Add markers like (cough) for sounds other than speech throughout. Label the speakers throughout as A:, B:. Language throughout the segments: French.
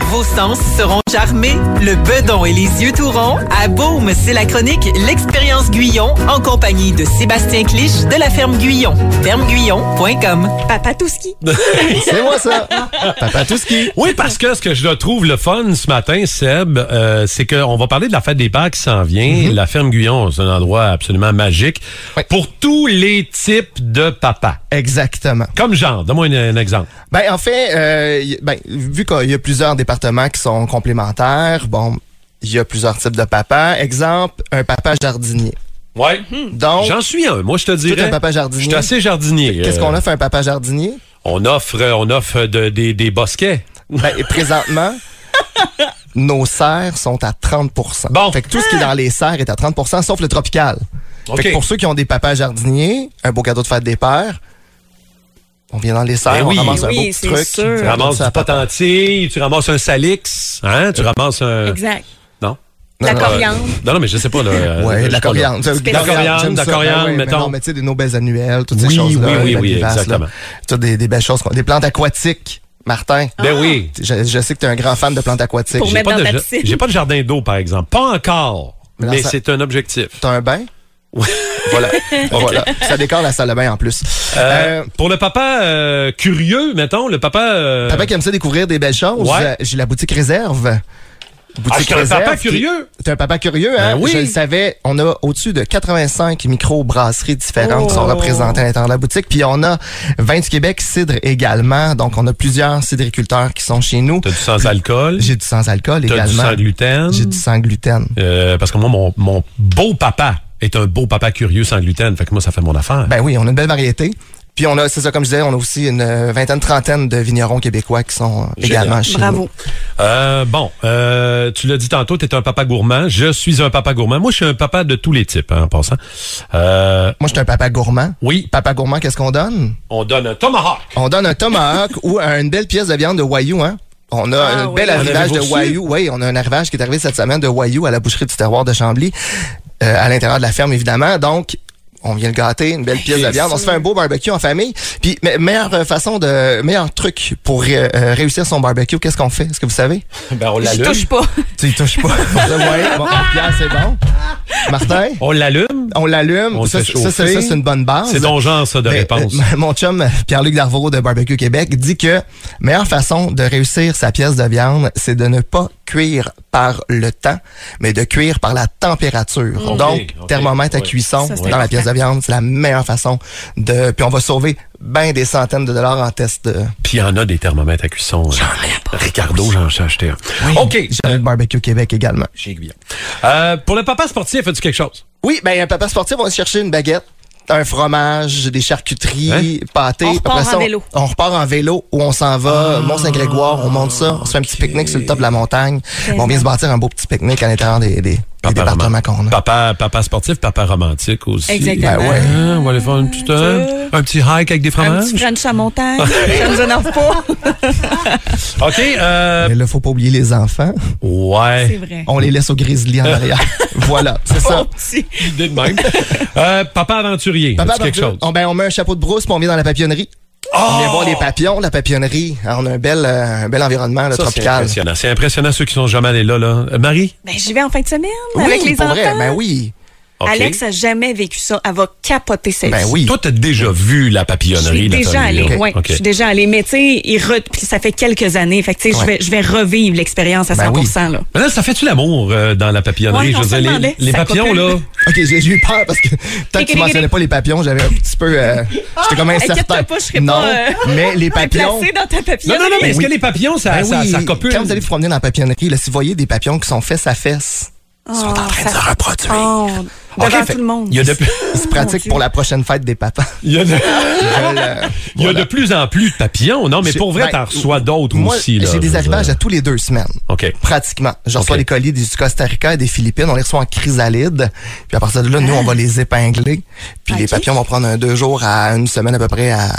A: vos sens seront charmés. Le bedon et les yeux tout ronds. À Beaume, c'est la chronique L'expérience Guyon en compagnie de Sébastien Clich de la ferme Guyon. Fermeguyon.com.
B: Papatouski.
C: C'est moi ça. Papa Touski.
D: Oui, parce que ce que je trouve le fun ce matin, Seb, euh, c'est qu'on va parler de la fête des Pâques qui s'en vient. La ferme Guyon, c'est un endroit absolument magique
C: Mm-hmm. Oui.
D: pour tous les types de papas.
C: Exactement.
D: Comme genre, donne-moi un, un exemple.
C: Ben en fait, euh, y- ben, vu qu'il y a plusieurs départements qui sont complémentaires, bon, il y a plusieurs types de papas. Exemple, un papa jardinier.
D: Ouais.
C: Donc,
D: J'en suis un, moi je te dirais.
C: Mm-hmm. un papa jardinier.
D: Je suis assez jardinier.
C: qu'est-ce qu'on
D: Euh,
C: offre à un papa jardinier?
D: On offre, euh, on offre de- des, des bosquets.
C: Ben, et
D: (laughs)
C: présentement, nos serres sont à 30
D: Bon.
C: Fait que tout ce qui est dans les serres est à 30 sauf le tropical. Fait
D: OK.
C: que pour ceux qui ont des papas jardiniers, un beau cadeau de fête des pères, on vient dans les serres,
D: Ben oui.
C: on ramasse un
B: Oui,
C: beau petit
B: c'est
C: truc.
B: sûr.
C: on
D: Tu
B: Euh,
C: donne
D: ramasses
C: ça Euh,
D: du
C: à papa.
D: potentille, tu ramasses un salix, hein? Tu ramasses un.
B: Exact.
D: Non?
B: La
C: Non, non,
D: Euh,
B: coriandre.
D: Non, non, mais je sais pas. Là, euh, je
C: Ouais,
D: sais
C: de la
D: pas, là.
C: coriandre. Tu sais,
B: Spécial.
D: De la
C: j'aime ça.
D: coriandre,
C: Ben oui, mais
D: mettons.
C: non, mais tu sais, des nobelles annuelles, toutes
D: Oui,
C: ces choses-là. euh,
D: oui, oui,
C: les
D: oui,
C: valvivaces, là.
D: exactement.
C: Tu as des, des belles choses, qu'on- des plantes aquatiques, Martin.
D: Ben oui.
C: Je, je sais que tu es un grand fan de plantes aquatiques.
B: Ah, Pour
C: J'ai-
D: J'ai
B: mettre
D: pas,
B: dans
D: de,
B: ta
D: ja-
B: piscine.
D: j'ai pas de jardin d'eau, par exemple. Pas encore, mais,
C: Mais dans sa-
D: c'est un objectif.
C: T'as un bain? (laughs) voilà.
D: (laughs)
C: voilà. Ça décore la salle de bain en plus.
D: Euh,
C: Euh,
D: pour le papa euh, curieux, mettons, le papa... euh,
C: papa qui aime ça découvrir des belles choses,
D: Ouais.
C: euh, j'ai la boutique réserve.
D: Ah, je suis un papa
C: qui-
D: curieux.
C: T'es un papa curieux, hein?
D: Ben oui.
C: Je le savais. On a au-dessus de 85 micro-brasseries différentes qui sont
D: Oh.
C: représentées à l'intérieur de la boutique. Puis on a 20 du Québec cidre également. Donc on a plusieurs cidriculteurs qui sont chez nous.
D: T'as du sans-alcool,
C: J'ai du sans-alcool
D: t'as du
C: également.
D: sans-gluten.
C: J'ai du sans-gluten.
D: Euh, parce que moi, mon, mon beau papa est un beau papa curieux sans gluten. Fait que moi, ça fait mon affaire.
C: Ben oui, on a une belle variété. Puis on a, c'est ça, comme je disais, on a aussi une euh, vingtaine, trentaine de vignerons québécois qui sont euh,
D: Génial.
C: également chez nous.
B: Bravo.
D: Euh, bon, euh, tu l'as dit tantôt, t'es un papa gourmand. Je suis un papa gourmand. Moi, je suis un papa de tous les types, hein, en passant. Euh,
C: Moi, je suis un papa gourmand.
D: oui,
C: Papa gourmand, qu'est-ce qu'on donne?
D: on donne un tomahawk.
C: On donne un tomahawk (laughs) ou une belle pièce de viande de Wayou, hein? On a
B: Ah
C: un
B: oui.
C: bel
B: On
C: arrivage
D: avait
C: de
D: reçu.
C: Wayou. Oui, on a un arrivage qui est arrivé cette semaine de Wayou à la boucherie du terroir de Chambly, euh, à l'intérieur de la ferme, évidemment. Donc, on vient le gâter, une belle pièce de viande. On se fait un beau barbecue en famille. Puis, me- meilleure euh, façon de, meilleur truc pour ré- euh, réussir son barbecue, qu'est-ce qu'on fait? Est-ce que vous savez?
D: Ben, on
B: Je
D: l'allume.
B: touche pas.
C: Tu y touches pas. (laughs) ouais, bon, Pierre, c'est bon. Martin,
D: On l'allume.
C: on l'allume.
D: On
C: ça,
D: se
C: c'est-
D: fait
C: ça, c'est
D: chauffer.
C: ça, c'est une bonne base.
D: C'est ton genre, ça, de
C: Ben,
D: réponse.
C: euh, mon chum Pierre-Luc Darvaux de Barbecue Québec dit que meilleure façon de réussir sa pièce de viande, c'est de ne pas cuire par le temps, mais de cuire par la température. Donc,
D: ok,
C: thermomètre
D: ouais.
C: à cuisson
B: Ça, c'est
C: dans la
B: important.
C: pièce de viande, c'est la meilleure façon de. Puis on va sauver bien des centaines de dollars en test de
D: Puis il y en a des thermomètres à cuisson. euh, Ricardo, j'en ai acheté un. OK.
C: J'aime Barbecue Québec également.
D: Euh, pour le papa sportif, as-tu quelque chose?
C: Oui, ben un papa sportif, on va se chercher une baguette, un fromage, des charcuteries,
D: Hein?
C: pâté.
B: On
C: Après
B: repart
C: ça,
B: en vélo.
C: On repart en vélo ou on s'en
D: Ah.
C: va, Mont-Saint-Grégoire, on monte ça, on se fait un petit pique-nique sur le top de la montagne. On vient se bâtir un beau petit pique-nique à l'intérieur des, des, des
D: roman-
C: départements qu'on a.
D: Papa, papa sportif, papa romantique aussi.
B: Exactement.
C: Ben ouais.
D: Hein, on va aller faire une petite, euh, un petit hike avec des
B: Un
D: fromages.
B: petit French à montagne. Ça nous énerve pas.
D: OK. euh,
C: Mais là, faut pas oublier les enfants.
D: ouais.
B: C'est vrai.
C: On les laisse au grizzly
D: Euh.
C: en arrière.
D: (laughs)
C: voilà, c'est ça.
B: Oh, petit.
D: idée de même. Euh, papa aventurier,
C: Papa,
D: as-tu quelque
C: Arthur,
D: chose? Oh!
C: On, ben, on met un chapeau de brousse, puis on vient dans la papillonnerie.
B: Oh!
C: On vient voir les papillons, la papillonnerie. Alors, on a un bel, euh, un bel environnement là,
D: Ça, c'est
C: tropical.
D: impressionnant. C'est impressionnant ceux qui sont jamais allés là. là. Euh, Marie?
B: Ben, j'y vais en fin de semaine
C: Oui,
B: avec les
C: pour
B: enfants.
C: vrai, ben oui.
D: OK.
B: Alex a jamais vécu ça. Elle va capoter sa vie.
C: Ben oui.
D: Toi, t'as déjà vu la
B: Je
D: papillonnerie.
B: suis
D: la
B: déjà
D: famille,
B: allée,
D: là.
B: ouais.
D: OK.
B: Je suis déjà allée, mais tu sais, il re- puis ça fait quelques années, fait que tu sais, je
C: Ouais.
B: vais, je vais revivre l'expérience à 100%,
C: Ben oui.
B: là.
D: Mais là, ça fait-tu l'amour euh, dans la papillonnerie?
B: Ouais, on
D: veux
B: se
D: dire, les-
B: demandait,
D: les,
B: ça
D: papillons,
B: copule.
D: là.
C: OK, j'ai j'ai eu peur parce que tant que tu mentionnais pas les papillons, j'avais un petit peu... euh, J'étais comme incertain.
B: Ah, Inquiète-toi pas, je serais
C: non,
B: pas, euh,
C: (laughs) mais les papillons...
B: Placé dans ta
D: Non,
B: papillonnerie.
D: non, non, mais
C: Ben
D: est-ce
C: Oui.
D: que les papillons, ça,
C: Ben
D: ça,
C: oui,
D: ça copule?
C: Quand vous allez vous promener dans la papillonnerie, là, si vous voyez des papillons qui sont fesses à fesses, ils sont en train de se reproduire.
B: Oh, devant
D: OK, fait-
B: tout le monde.
D: Il y a de,
C: Ils
B: Ah,
C: se pratiquent pour la prochaine fête des
D: (laughs)
C: papas.
D: il y a de-
C: Ils veulent, euh,
D: il y a
C: voilà.
D: de plus en plus de papillons. Non, mais
C: J'ai-
D: pour vrai,
C: ben,
D: t'en reçois d'autres
C: Moi,
D: aussi. là,
C: j'ai
D: je
C: des
D: veux
C: arrivages
D: dire.
C: à tous les deux semaines.
D: OK.
C: Pratiquement. Je reçois
D: Ok.
C: les colis du Costa Rica et des Philippines. On les reçoit en chrysalide. Puis à partir de là, nous, on va les épingler. Puis les
B: Ok.
C: papillons vont prendre un deux jours à une semaine à peu près à,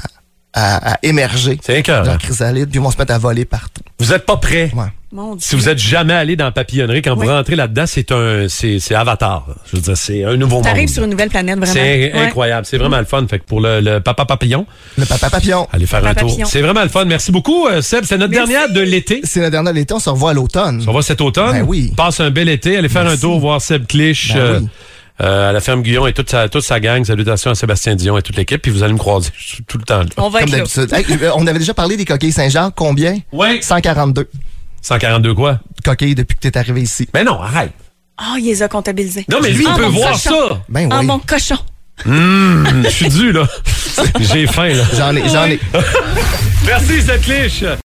C: à, à émerger.
D: C'est hein. écœurant.
C: Leur chrysalide, puis ils vont se mettre à voler partout.
D: Vous êtes pas prêt.
C: Ouais.
B: Mon Dieu.
D: Si vous êtes jamais allé dans Papillonnerie, quand
B: Oui.
D: vous rentrez là-dedans, c'est un, c'est, c'est Avatar. là. Je veux dire, c'est un nouveau monde.
B: T'arrives sur une nouvelle planète, vraiment.
D: C'est
B: Ouais.
D: incroyable. C'est vraiment le fun. Fait que pour le, le papa papillon,
C: Le papa papillon.
D: allez faire
B: Papa
D: un tour.
B: papillon.
D: C'est vraiment le fun. Merci beaucoup, euh, Seb. C'est notre
B: Merci.
D: dernière de l'été.
C: C'est la dernière de l'été, on se revoit à l'automne.
D: On va cet automne.
C: Ben oui.
D: Passe un bel été. Allez faire un tour, voir Seb Clich.
C: Ben
D: euh,
C: oui.
D: euh, à la ferme Guillon et toute sa, toute sa gang. Salutations à Sébastien Dion et toute l'équipe. Puis vous allez me croiser (laughs) Je suis tout le temps. là.
B: On va
C: Comme
B: être là.
C: d'habitude. Hey, euh, on avait déjà parlé des coquilles Saint-Jacques. Combien?
D: Ouais.
C: 142
D: 142 quoi?
C: coquilles depuis que tu es arrivé ici.
D: Mais non, arrête.
B: Ah, il les a comptabilisés.
D: Non, mais lui, il
B: Ah,
D: peut
B: mon
D: voir (laughs)
B: cochon.
D: ça.
C: Ben
B: Ah,
C: oui.
B: mon cochon.
D: Je suis dû, là. (laughs) J'ai faim, là.
C: J'en ai, j'en ai.
D: Merci, Seb Clich.